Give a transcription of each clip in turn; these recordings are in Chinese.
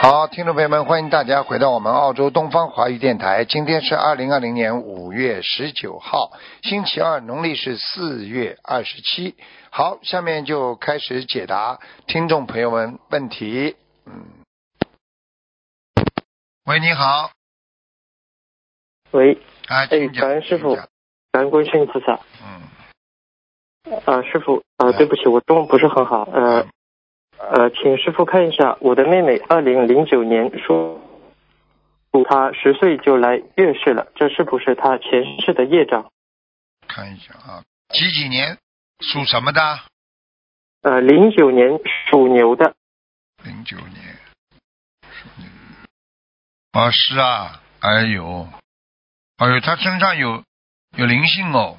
好，听众朋友们，欢迎大家回到我们澳洲东方华语电台。今天是二零二零年五月十九号，星期二，农历是四月二十七。好，下面就开始解答听众朋友们问题。嗯，喂，你好，喂，啊，请讲哎感恩师请傅讲南归圣菩萨，嗯，呃，师傅，呃，嗯对不起，我中文不是很好，呃，呃，请师傅看一下我的妹妹，二零零九年说，她十岁就来月事了，这是不是她前世的业障？看一下啊，几几年属什么的？呃，零九年属牛的，零九年，属牛啊，是啊，哎呦，哎呦，他身上有有灵性哦，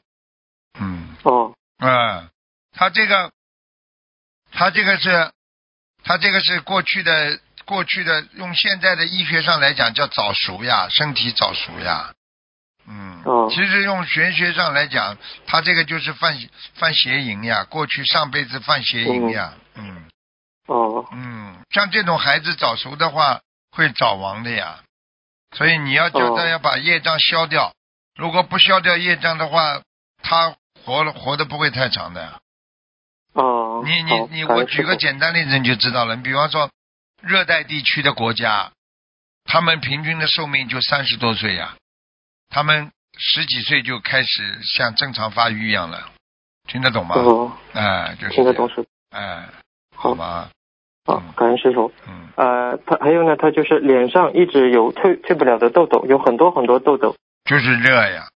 嗯，哦，啊，他这个，他这个是，他这个是过去的过去的，用现在的医学上来讲叫早熟呀，身体早熟呀，嗯，哦其实用玄学上来讲，他这个就是犯犯邪淫呀，过去上辈子犯邪淫呀，嗯哦，嗯，像这种孩子早熟的话，会早亡的呀。所以你要叫他哦要把业障消掉，如果不消掉业障的话，他活了活的不会太长的。哦，你你好你，感我恩举师个傅，简单例子你就知道了。你比方说，热带地区的国家，他们平均的寿命就三十多岁呀、他们十几岁就开始像正常发育一样了，听得懂吗？哦，哎，就是听得这懂样，师傅，哎，好好，吗？好，感恩师傅。嗯，呃，她还有呢，她就是脸上一直有退退不了的痘痘，有很多很多痘痘。就是热呀，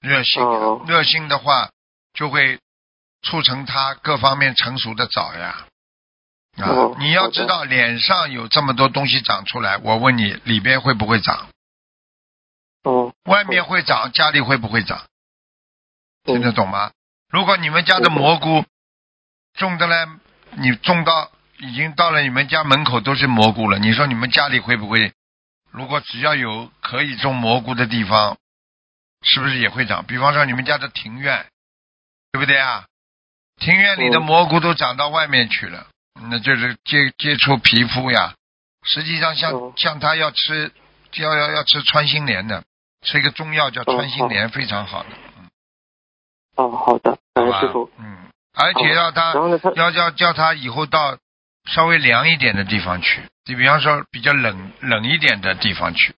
热性呀、哦热性的话就会促成它各方面成熟的早呀。啊，哦你要好的知道脸上有这么多东西长出来，我问你里边会不会长，哦，外面会长，家里会不会长？嗯听得懂吗？如果你们家的明白蘑菇种的嘞，你种到已经到了你们家门口都是蘑菇了，你说你们家里会不会？如果只要有可以种蘑菇的地方，是不是也会长？比方说你们家的庭院，对不对啊？庭院里的嗯蘑菇都长到外面去了，那就是接接触皮肤呀。实际上像，像、嗯他要吃，要要要吃穿心莲的，吃一个中药叫嗯穿心好莲，非常好的。哦，好的，好感恩吧师傅。，嗯，而且要他、然后呢，她要要叫他以后到稍微凉一点的地方去，你比方说比较冷冷一点的地方去。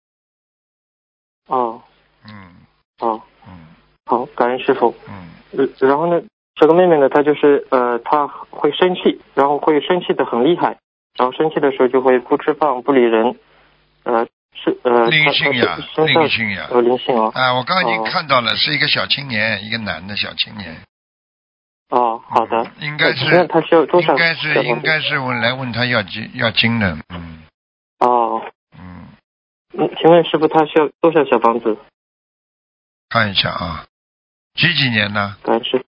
哦嗯哦，嗯好，感恩师傅。嗯，呃然后呢，这个妹妹呢，她就是呃，她会生气，然后会生气的很厉害，然后生气的时候就会不吃饭、不理人，呃，是呃，灵她性呀她身，灵上性呀。有灵性哦，啊，我刚刚已经哦看到了，是一个小青年，一个男的小青年。哦，好的，嗯，应该那是她需要多少？应该是小房应子该是我来问他要金要金的，嗯哦，嗯，嗯，请问师傅她需要多少小房子？看一下啊，几几年呢？感恩师傅。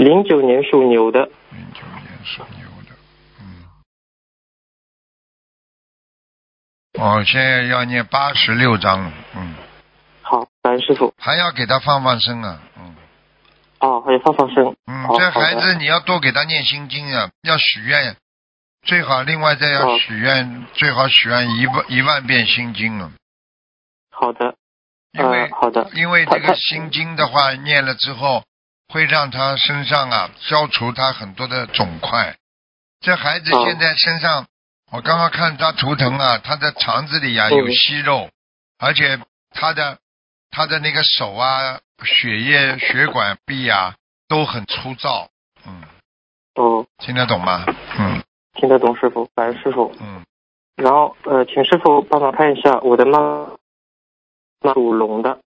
零九年属牛的，零九年属牛的，嗯，哦，现在要念八十六章了，嗯，好，感恩师傅。还要给他放放生啊，嗯哦，还有放放生，嗯好，这哦好的孩子你要多给他念心经啊，要许愿，最好另外再要哦许愿，最好许愿一万一万遍心经啊，好的，因为呃，好的，因为这他个他心经的话念了之后，会让他身上啊消除他很多的肿块。这孩子哦现在身上，我刚刚看他图腾啊，他的肠子里啊嗯有息肉，而且他的他的那个手啊、血液血管壁啊都很粗糙。嗯，哦，听得懂吗？嗯听得懂师傅，感恩师傅。嗯，然后呃，请师傅帮忙看一下我的妈妈属龙的，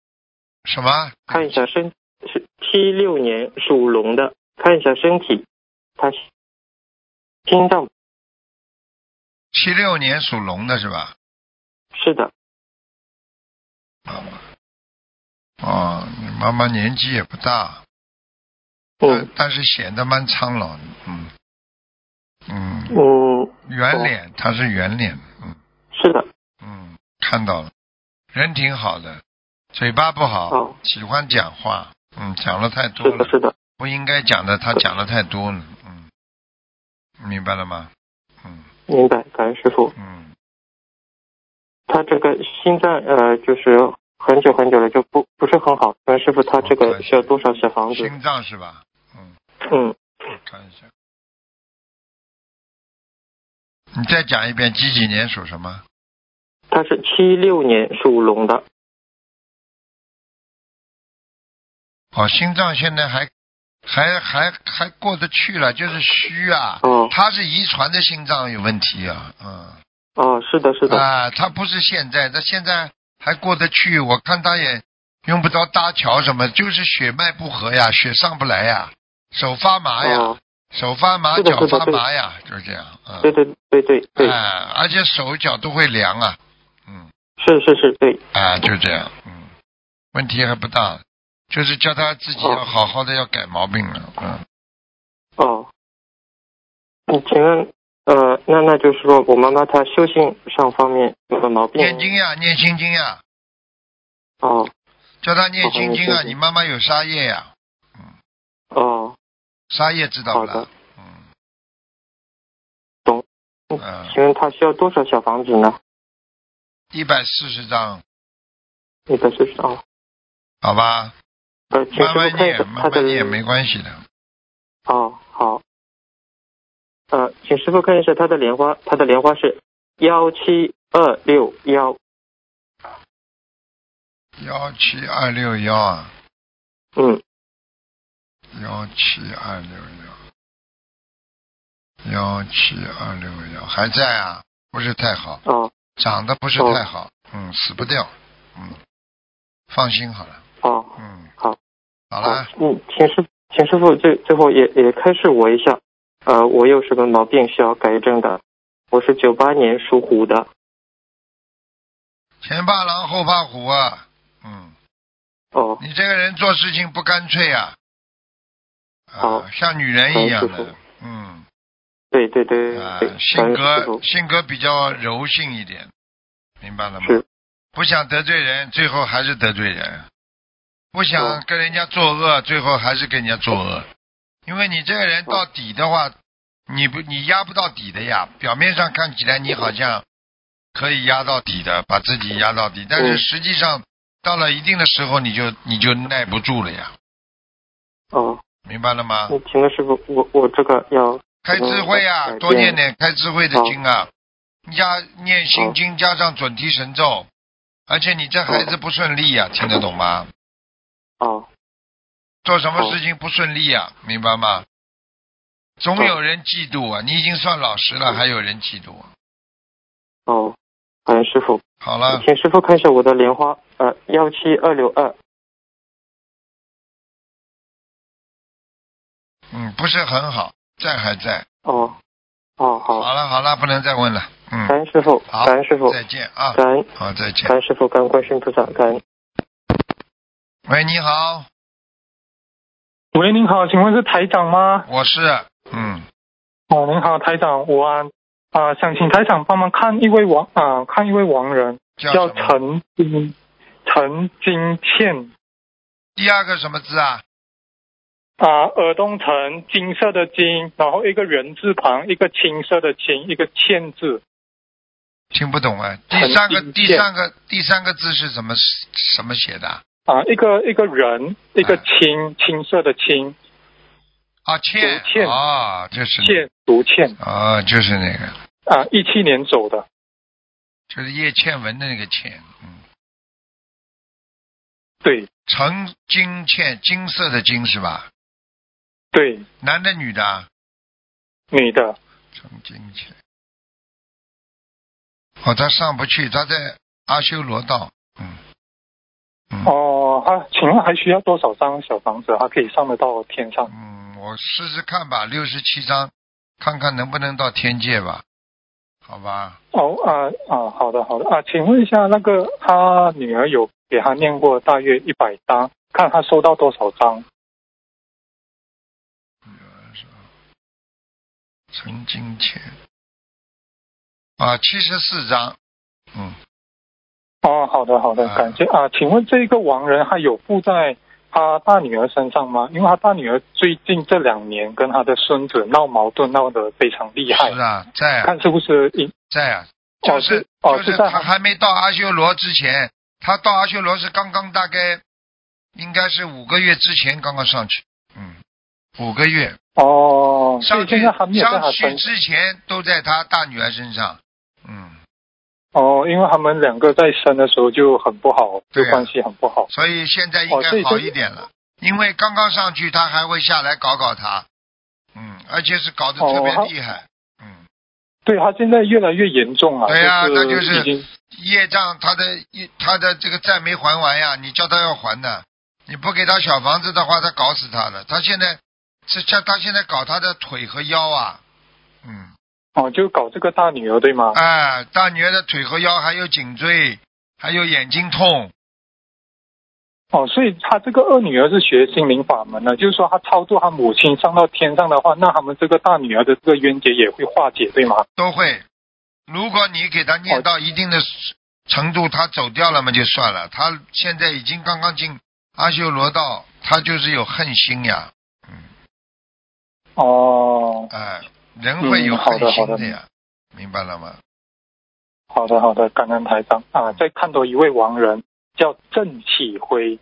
什么？看一下身是七六年属龙的，看一下身体，她心脏七六年属龙的是吧？是的，妈妈。哦，你妈妈年纪也不大，但嗯但是显得蛮苍老的，嗯，嗯，嗯圆脸，她是圆脸，嗯是的，嗯，看到了，人挺好的，嘴巴不好，哦喜欢讲话，嗯，讲了太多是的了，是的，不应该讲的，她讲的太多了，嗯，明白了吗？嗯明白，感恩师傅。嗯，这个心脏呃，就是很久很久了，就不不是很好。那师傅他这个需要多少小房子？心脏是吧？嗯，嗯，我看一下。你再讲一遍，几几年属什么？他是七六年属龙的，哦，心脏现在还还还还过得去了，就是虚啊。哦他是遗传的心脏有问题啊，嗯。哦，是的，是的，啊，他不是现在，他现在还过得去，我看他也用不着搭桥什么，就是血脉不和呀，血上不来呀，手发麻哎呀，哦，手发麻，是的脚是的发对麻呀，就是这样啊。对对对对对，哎、而且手脚都会凉啊，嗯，是是是，对，啊，就这样，嗯，问题还不大，就是叫他自己要哦好好的要改毛病了，嗯，哦，嗯，请问，呃，那那就是说我妈妈她修行上方面有个毛病，念经呀，念心经呀，哦叫他念好好心经念啊，心你妈妈有沙叶呀，哦，沙叶知道好不啦的？，嗯，懂嗯嗯，请问她需要多少小房子呢？一百四十张，你的是哦，好吧，呃，请师慢慢傅看一下念，她慢的慢念，没关系的。哦，好。呃，请师傅看一下他的莲花，他的莲花是幺七二六幺，幺七二六幺啊，嗯，幺七二六幺，幺七二六幺还在啊，不是太好，哦，长得不是太好，嗯，死不掉，嗯，放心好了，哦，嗯，好，好好了，，嗯，请师请师傅最最后也也开示我一下，呃，我有什么毛病需要改正的？我是九八年属虎的，前怕狼后怕虎啊，嗯，哦，你这个人做事情不干脆啊，啊好，像女人一样好师的傅，嗯。对对对啊对，，感性恩师格傅，性格比较柔性一点，明白了吗？是不想得罪人，最后还是得罪人；不想哦跟人家作恶，最后还是跟人家作恶。因为你这个人到底的话，你不你压不到底的呀。表面上看起来你好像可以压到底的，把自己压到底，但是嗯实际上到了一定的时候，你就你就耐不住了呀，哦，明白了吗？嗯，请问师傅，我我这个要开智慧啊，嗯多念点开智慧的经啊，你加念好心经加上准提神咒，而且你这孩子不顺利呀、听得懂吗？哦做什么好事情不顺利呀、明白吗？总有人嫉妒啊，你已经算老实了，还有人嫉妒啊。哦，感恩师傅，好了，请师傅看一下我的莲花，呃，幺七二六二。嗯，不是很好，在还在。哦，哦，好，好了好了，不能再问了，感嗯，恩师傅，好感恩师傅，再见啊，感恩好再见感。恩师傅，感恩观世音菩萨，感恩。喂，你好，喂，您好，请问是台长吗？我是，嗯，哦，您好，台长，我啊啊、想请台长帮忙看一位亡啊、看一位亡人，叫叫什么？陈金陈金倩第二个什么字啊？啊、耳东陈，金色的金，然后一个人字旁，一个青色的青，一个倩字，听不懂啊。第很三个低第贱三个第三个字是怎么什么写的啊？啊、一个一个人，一个啊青，青色的青，啊，倩竹倩啊，就是那倩竹倩啊，就是那个，啊，一、七年走的，就是叶倩文的那个倩，嗯，对陈金倩，金色的金是吧？对，男的女的啊？女的，陈金倩。哦，他上不去，他在阿修罗道，嗯，嗯，哦，啊，请问还需要多少张小房子，还啊可以上得到天上？嗯，我试试看吧，六十七章，看看能不能到天界吧，好吧？哦啊啊，好的好的啊，请问一下，那个他女儿有给他念过大约一百张，看他收到多少张？陈金钱啊，七十四章，嗯，哦，好的好的，啊感谢啊。请问这个亡人还有附在他大女儿身上吗？因为他大女儿最近这两年跟他的孙子闹矛盾，闹得非常厉害是，啊，在啊，看是不是因在啊，就哦是是哦就是是在他还没到阿修罗之前，他到阿修罗是刚刚大概应该是五个月之前刚刚上去，嗯，五个月哦，所上以去现在还没有在他上去身上之前都在他大女儿身上，嗯，哦，因为他们两个在生的时候就很不好，就对啊关系很不好。所以现在应哦所该以好就是一点了，因为刚刚上去他还会下来搞搞他，嗯，而且是搞得特别哦他厉害，嗯，对他现在越来越严重了，对啊那就就是已经业障他的一他的这个债没还完呀，你叫他要还的，你不给他小房子的话，他搞死他的。他现在是叫他现在搞他的腿和腰啊，嗯，哦，就搞这个大女儿对吗？哎，大女儿的腿和腰还有颈椎，还有眼睛痛，哦，所以他这个二女儿是学心灵法门的，就是说他超度他母亲上到天上的话，那他们这个大女儿的这个冤结也会化解对吗？都会。如果你给他念哦到一定的程度，他走掉了嘛就算了。他现在已经刚刚进阿修罗道，他就是有恨心呀，哦，哎，人会有嗯好恨的好心的呀，明白了吗？好的好的，感恩台长啊，再看到一位亡人叫郑启辉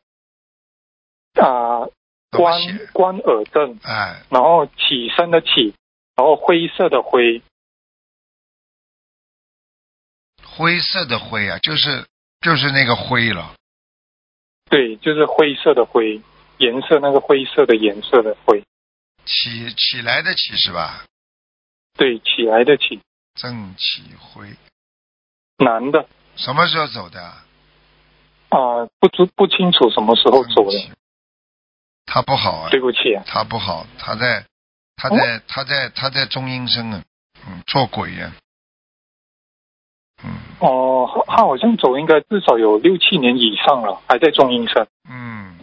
啊，怎么关写？关尔正，哎，然后起身的起，然后灰色的灰，灰色的灰啊，就是就是那个灰了。对，就是灰色的灰，颜色那个灰色的颜色的灰，起起来的起是吧？对，起来的起，郑启辉男的什么时候走的啊？啊，不知不清楚什么时候走郑的，启他不好啊对，不起啊，他不好，他在他在、哦他在他在中阴身啊，嗯，做鬼呀、嗯哦，他他好像走应该至少有六七年以上了，还在中阴身。嗯，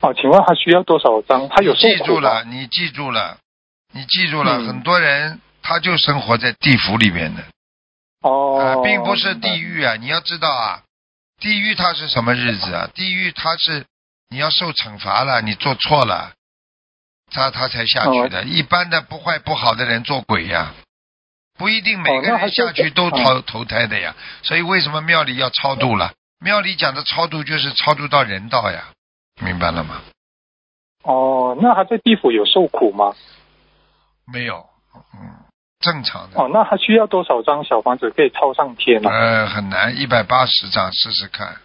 哦，请问他需要多少张？他有受记住苦了，吗？你记住了，你记住了，嗯很多人他就生活在地府里面的。啊哦，，并不是地狱。狱啊！你要知道啊，地狱它是什么日子啊？地狱它是你要受惩罚了，你做错了，他他才下去哦的。一般的不坏不好的人做鬼呀、不一定每个那还人是下去都嗯投投胎的呀。所以为什么庙里要超度了？庙里讲的超度就是超度到人道呀，明白了吗？哦，那他在地府有受苦吗？没有，嗯，正常的。哦，那他需要多少张小房子可以超上天呢？呃，很难，一百八十张试试看，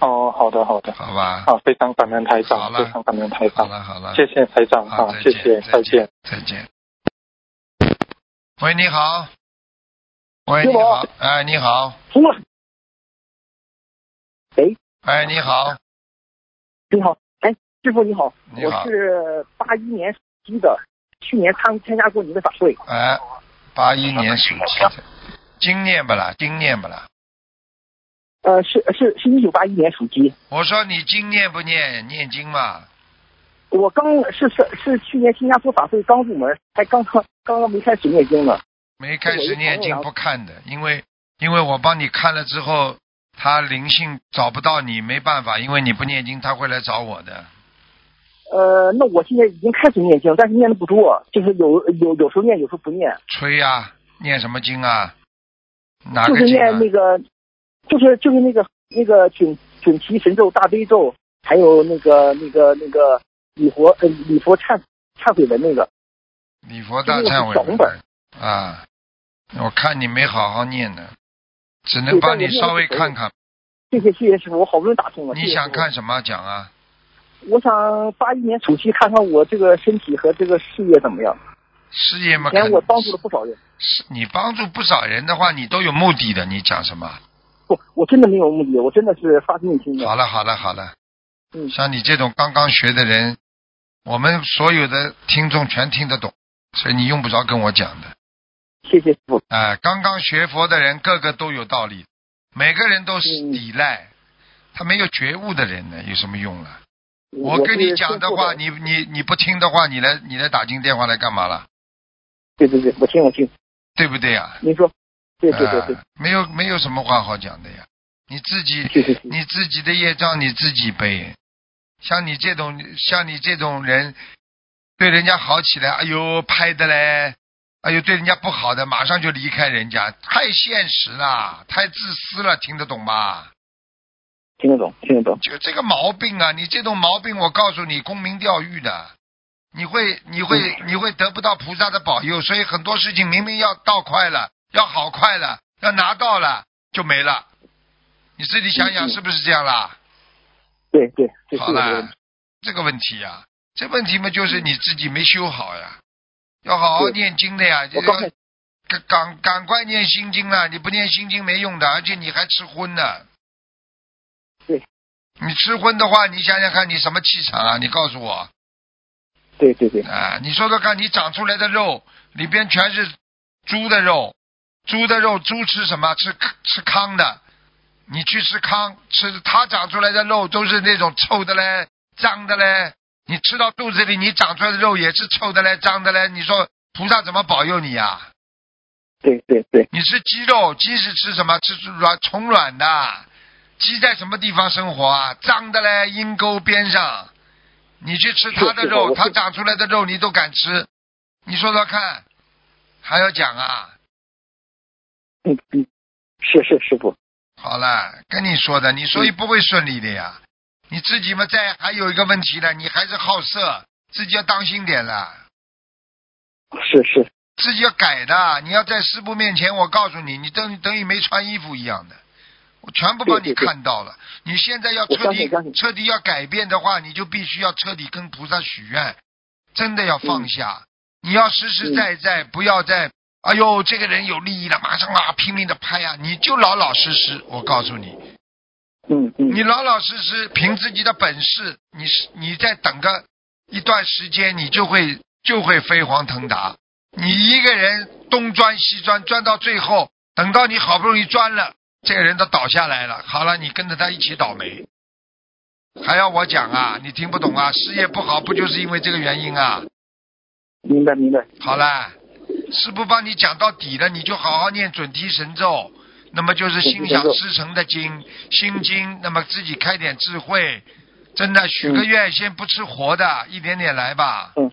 哦，好的好的，好吧？啊，非常感恩台嗯好长，了非常感恩台好长，了好了，谢谢台长好啊，谢谢，再见。。再见。喂，你好。喂，师你傅好。哎，你好。师傅，喂，哎，你好。你好，哎，师傅你好，你好我是八一年属鸡的，去年参参加过你的法会，哎，八一年属鸡的，经念不啦？经念不啦？呃，是是是一九八一年属鸡，我说你经念不念？念经嘛。我刚是是是去年新加坡法会刚入门，还刚刚刚刚没开始念经呢，没开始念经不看的，因为因为我帮你看了之后，他灵性找不到你，没办法，因为你不念经，他会来找我的。呃，那我现在已经开始念经，但是念的不多，就是有有有时候念，有时候不念，吹呀、念什么经啊？哪就个是经啊念？那个，就是就是那个那个准准提神咒、大悲咒，还有那个那个那个礼佛呃礼佛忏忏悔文那个。礼佛大就是忏那个悔小红本儿文啊，我看你没好好念呢，只能帮你稍微看看。谢谢谢谢师傅，我好不容易打通了。谢你谢想师傅？看什么讲啊？我想八一年暑期看看我这个身体和这个事业怎么样。事业嘛，以前我肯帮助了不少人，是你帮助不少人的话，你都有目的的。你讲什么？不，我真的没有目的，我真的是发自内心好的。了好了好了，嗯像你这种刚刚学的人，我们所有的听众全听得懂，所以你用不着跟我讲的。谢谢师傅。哎，刚刚学佛的人个个都有道理，每个人都是嗯抵赖，他没有觉悟的人呢，有什么用了？我我跟你讲的的话，你你你不听的话，你来你来打进电话来干嘛了？对对对，我听我听，对不对呀、您说，对对对对啊没有没有什么话好讲的呀，你自己对对对，你自己的业障你自己背，像你这种像你这种人，对人家好起来，哎呦拍的嘞，哎呦，对人家不好的，马上就离开人家，太现实了，太自私了，听得懂吗？听得懂，听得懂。就这个毛病啊，你这种毛病，我告诉你，公民钓鱼的，你会，你会，你会得不到菩萨的保佑，所以很多事情明明要到快了，要好快了，要拿到了就没了，你自己想想嗯嗯是不是这样啦？对对，就是好这个问了题。，嗯这个问题呀、这问题嘛就是你自己没修好呀，要好好对念经的呀，就我刚才要赶赶赶快念心经啊！你不念心经没用的，而且你还吃荤呢。对。你吃荤的话，你想想看，你什么气场啊？你告诉我对对对啊！你说说看，你长出来的肉里边全是猪的肉，猪的肉，猪吃什么？吃吃糠的。你去吃糠，吃它长出来的肉都是那种臭的嘞、脏的嘞。你吃到肚子里，你长出来的肉也是臭的嘞、脏的嘞。你说菩萨怎么保佑你啊呀、对对对，你吃鸡肉，鸡是吃什么？吃软虫卵的。鸡在什么地方生活啊？脏的嘞，阴沟边上。你去吃它的是是肉，我它是长出来的肉你都敢吃，你说说看，还要讲啊？嗯嗯，是是师傅，好了，跟你说的，你嗯所以不会顺利的呀。你自己嘛，在还有一个问题呢，你还是好色，自己要当心点了，是是自己要改的。你要在师傅面前，我告诉你，你等等于没穿衣服一样的，我全部帮你对对对看到了。你现在要我彻相底信相信彻底要改变的话，你就必须要彻底跟菩萨许愿，真的要放下。嗯你要实实在在，不要再哎呦，这个人有利益了，马上啊拼命的拍啊，你就老老实实。我告诉你，嗯嗯，你老老实实凭自己的本事，你是你再等个一段时间，你就会就会飞黄腾达。你一个人东钻西钻，钻到最后，等到你好不容易钻了，这个人都倒下来了，好了，你跟着他一起倒霉。还要我讲啊？你听不懂啊？事业不好不就是因为这个原因啊？明白明白，好啦，师傅帮你讲到底了，你就好好念准提神咒，那么就是心想事成的经心经，那么自己开点智慧，真的许个愿，先不吃活的，一点点来吧。嗯，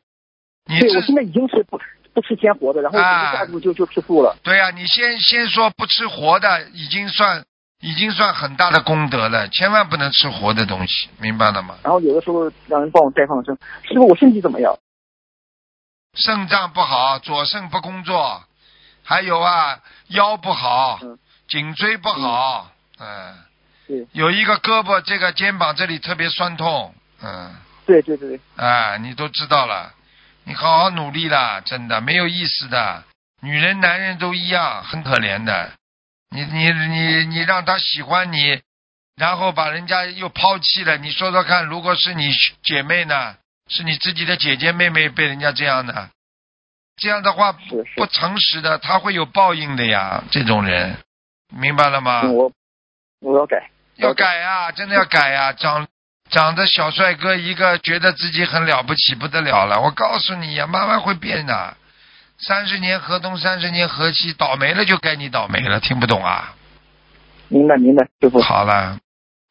你对我自现在已经是不不吃鲜活的，然后啊下一步就就吃素了。对呀、啊你先先说不吃活的，已经算已经算很大的功德了，千万不能吃活的东西，明白了吗？然后有的时候让人帮我带放生，师傅，我身体怎么样？肾脏不好，左肾不工作，还有啊腰不好，嗯颈椎不好，嗯，对有一个胳膊这个肩膀这里特别酸痛，嗯，对对对对，啊，你都知道了，你好好努力啦，真的没有意思的，女人男人都一样，很可怜的，你你你你让他喜欢你，然后把人家又抛弃了，你说说看，如果是你姐妹呢，是你自己的姐姐妹妹被人家这样的，这样的话是是不啊诚实的，他会有报应的呀，这种人，明白了吗？嗯我我要改，要改啊，真的要改啊！长长得小帅哥一个，觉得自己很了不起，不得了了。我告诉你呀、慢慢会变的。三十年河东，三十年河西，倒霉了就该你倒霉了，听不懂啊？明白明白，师傅。好了，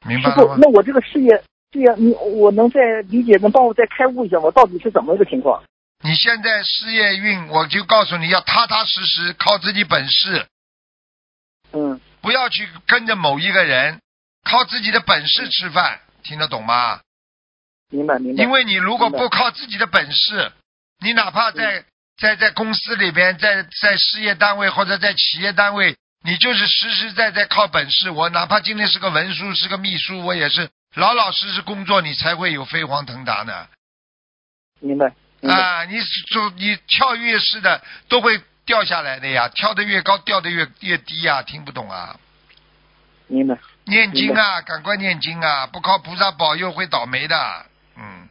明白师了傅，吗？那我这个事业，事业你我能再理解，能帮我再开悟一下吗？到底是怎么一个情况？你现在事业运，我就告诉你要踏踏实实，靠自己本事，嗯，不要去跟着某一个人，靠自己的本事吃饭，听得懂吗？明白明白。因为你如果明白不靠自己的本事，你哪怕在、在在公司里边，在在事业单位或者在企业单位，你就是实实在在靠本事。我哪怕今天是个文书，是个秘书，我也是老老实实工作，你才会有飞黄腾达呢。明白明白、啊，你就你跳跃式的都会掉下来的呀，跳得越高，掉得越越低呀，听不懂啊？明白。念经啊，赶快念经啊！不靠菩萨保佑会倒霉的。嗯，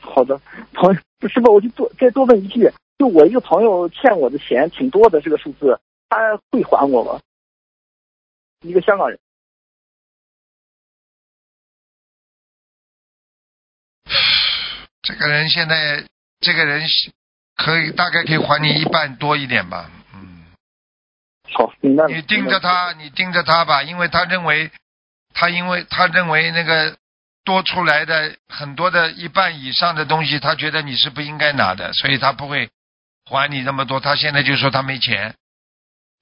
好的，朋友，师傅，我就多再多问一句，就我一个朋友欠我的钱挺多的，这个数字，他会还我吗？一个香港人，这个人现在，这个人是可以大概可以还你一半多一点吧。嗯，好，明白了。你盯着他，嗯你盯着他吧，因为他认为，他因为他认为那个多出来的很多的一半以上的东西，他觉得你是不应该拿的，所以他不会还你那么多，他现在就说他没钱，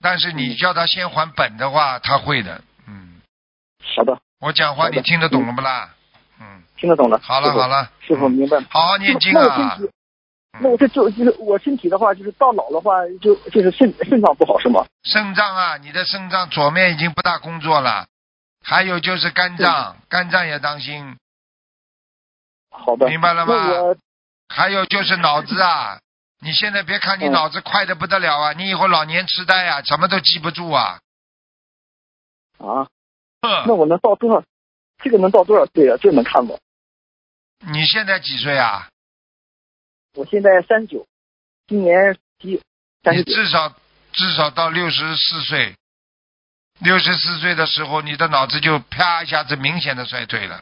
但是你叫他先还本的话，他会的。嗯，好的，我讲话好的你听得懂了不啦？嗯，听得懂了。好了师傅好，了，嗯师傅明白了。好好念经那我身啊。体，那我这就就是我身体的话，就是到老的话，就就是肾肾脏不好是吗？肾脏啊，你的肾脏左面已经不大工作了，还有就是肝脏，肝脏也当心，好的，明白了吗那我还有就是脑子啊，你现在别看你嗯脑子快的不得了啊，你以后老年痴呆啊，什么都记不住啊。嗯啊，那哼，我能到多少？这个能到多少岁啊？这能看吗？你现在几岁啊？我现在三九，今年一三你十九。至少至少到六十四岁，六十四岁的时候，你的脑子就啪一下子明显的衰退了，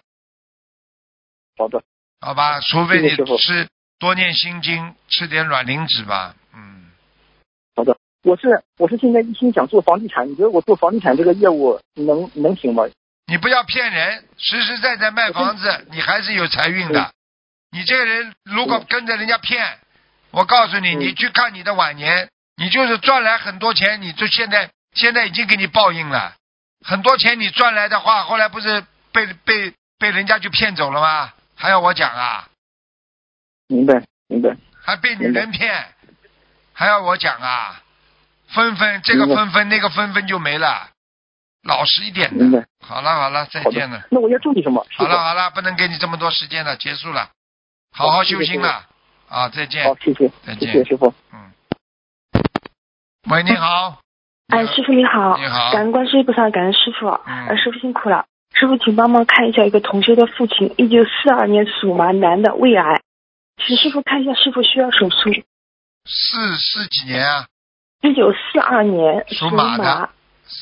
好的，好吧？除非你谢谢师傅吃多念心经，吃点卵磷脂吧，嗯。我是我是现在一心想做房地产，你觉得我做房地产这个业务能能行吗？你不要骗人，实实在在卖房子，你还是有财运的。你这个人如果跟着人家骗，我告诉你，嗯你去看你的晚年，你就是赚来很多钱，你就现在现在已经给你报应了。很多钱你赚来的话，后来不是被被被人家就骗走了吗？还要我讲啊？明白明白，还被女人骗，还要我讲啊？分分这个明白分分那个分分就没了，老实一点明白的。好了好了，再好见了的。。那我要注意什么？师好傅了好了，不能给你这么多时间了，结束了，好好好谢谢修心了啊！再见好，，谢谢再谢见谢师傅。嗯。喂，你好。哎，师傅你好，你好感恩观世音菩萨，感恩师傅，嗯呃，师傅辛苦了。师傅，请帮忙看一下一个同学的父亲，一九四二年属马男的胃癌，请师傅看一下是否需要手术。四四几年啊？一九四二年属属马的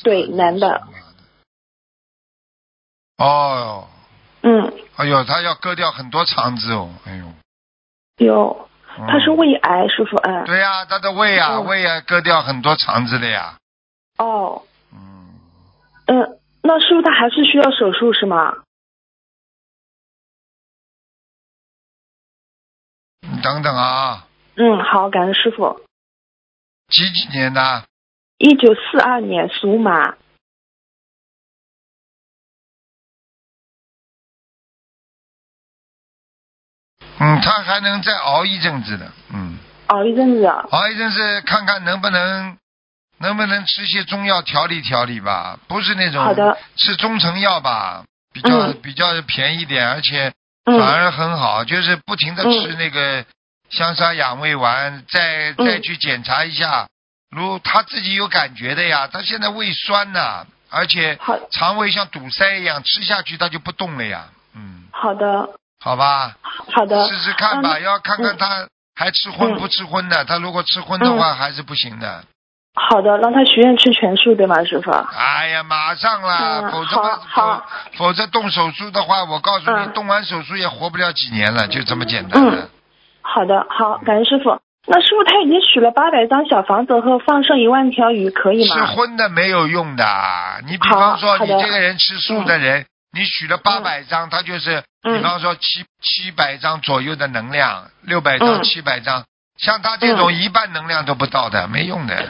对男的属马的。哦，嗯，哎呦，他要割掉很多肠子哦，哎呦。有，嗯他是。胃癌，师傅，嗯，对呀、他的胃啊，嗯胃啊，割掉很多肠子的呀。哦，嗯，嗯，那师傅他还是需要手术是吗？你等等啊，嗯，好，感恩师傅。几几年的？一九四二年属马，嗯，他还能再熬一阵子的，嗯。熬一阵子，好，一阵是看看能不能能不能吃些中药调理调理吧，不是那种好的，吃中成药吧，比较、嗯比较便宜点，而且反嗯，而很好，就是不停的吃那个香砂养胃丸，再嗯再去检查一下，如他自己有感觉的呀，他现在胃酸呐、而且好，肠胃像堵塞一样，吃下去他就不动了呀，嗯，好的，好吧，好的，试试看吧，嗯要看看嗯他还吃荤嗯不吃荤的。他如果吃荤的话，还是不行的。好的，让他许愿吃全素，对吗，师傅？哎呀，马上啦，嗯否则好否好否则动手术的话，我告诉你，嗯动完手术也活不了几年了，就这么简单的。好的，好，感恩师傅。那师傅他已经许了八百张小房子和放生一万条鱼，可以吃吗？荤的没有用的，你比好方说好你的这个人吃素的人，你许了八百张，他就是嗯比方说七七百张左右的能量，六百张嗯七百张，像他这种嗯一半能量都不到的，没用的。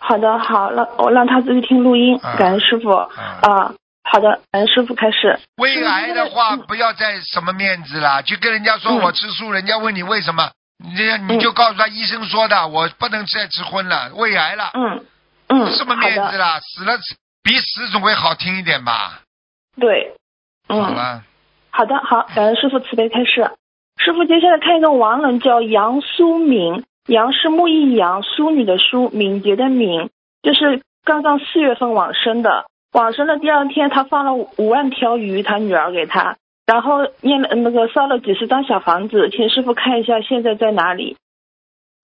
好的，好，让我让他自己听录音，啊感恩师傅啊、啊。好的，感恩师傅开始。胃癌的话，嗯不要再什么面子啦，就跟人家说嗯我吃素，人家问你为什么，你这样你就告诉他医生说的，我不能再吃荤了，胃癌了，嗯嗯，什么好面子啊的，啦？死了比死总会好听一点吧？对，嗯，好了，好的，好，感恩师傅慈悲开示。师傅，接下来看一个亡人叫杨苏敏，杨是木易杨，淑女的淑，敏捷的敏，就是刚刚四月份往生的。往生的第二天，他放了五五万条鱼，他女儿给他，然后念了那个烧了几十张小房子，请师傅看一下现在在哪里。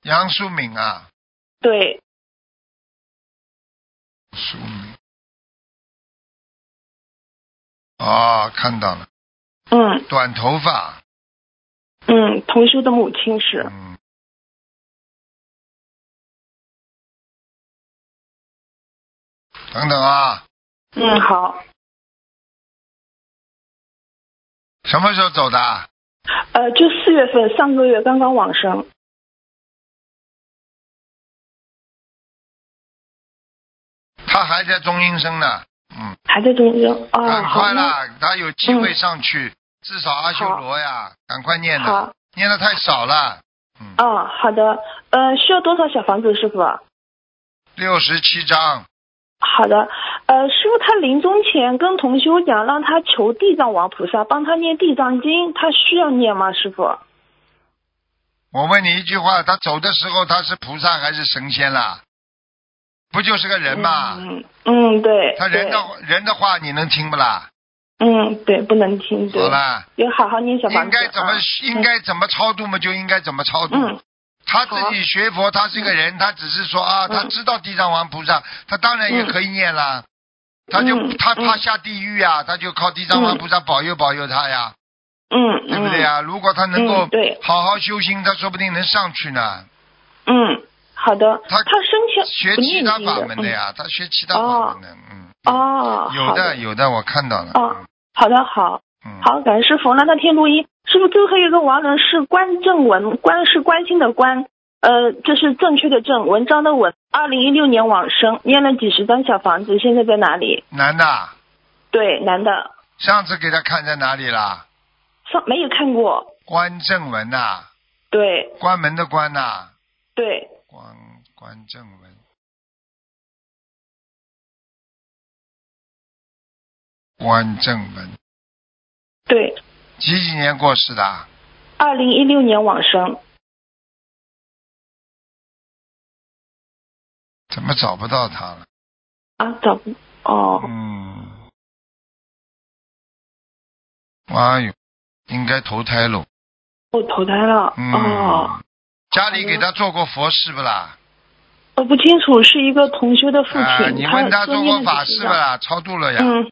杨淑敏啊，对，淑敏，哦，看到了，嗯短头发，嗯，同修的母亲是，嗯，等等啊，嗯，好，什么时候走的啊？呃，就四月份上个月刚刚往生，他还在中阴身呢，嗯，还在中间哦，赶好啊快那嗯啦，他有机会上去，至少阿修罗呀，赶快念的，好，念的太少了，哦，好的，呃，需要多少小房子，师傅？六十七章，好的，呃，师傅他临终前跟同修讲，让他求地藏王菩萨帮他念地藏经，他需要念吗？师傅？我问你一句话，他走的时候他是菩萨还是神仙啦？不就是个人嘛？嗯嗯，对。他人对的人的话你能听不啦？嗯，对，不能听，对好，啦，要好好念小房子。应该怎么啊应该怎么超度嘛，就应该怎么超度。嗯他自己学佛，他是个人，他只是说啊，嗯他知道地藏王菩萨，他当然也可以念啦。他就嗯他怕下地狱啊，他就靠地藏王菩萨保佑保佑他呀，嗯，嗯对不对？呀？如果他能够嗯对好好修心，他说不定能上去呢。嗯，好的。他他生前学不其念他经法门的的。呀，他学其他法门的，嗯，嗯哦，有好的。有的，我看到了。哦，好的，好，嗯，好，感恩师傅。那那天录音，师傅最后一个亡人是关正文，关是关心的关，呃，这是正确的正，文章的文。二零一六年往生，念了几十张小房子，现在在哪里？男的，对，男的，上次给他看在哪里啦？上没有看过。关正文呐、对关门的关呐、对，关关正文，关正文，对，几几年过世的啊？二零一六年往生。怎么找不到他了？啊，找不哦，嗯，哎呦，应该投胎喽。我投胎了。嗯，哦，家里给他做过佛事不啦？我不清楚，是一个同修的父亲。啊、你问他做过法事不吧？啦？超度了呀？嗯，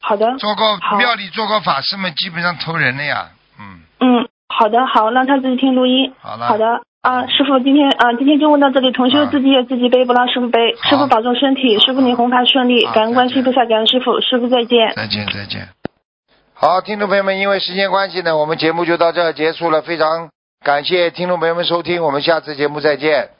好的，做过好庙里做过法事嘛，基本上投人了呀。嗯，嗯，好的，好，让他自己听录音。好了。好。的啊，师傅，今天啊，今天就问到这里。同修啊自己也自己背，不让师傅背。好师傅保重身体，师傅您红盘顺利，好感恩观世音再菩见萨，感恩师傅，师傅再见。再见，再见。好，听众朋友们，因为时间关系呢，我们节目就到这儿结束了。非常感谢听众朋友们收听，我们下次节目再见。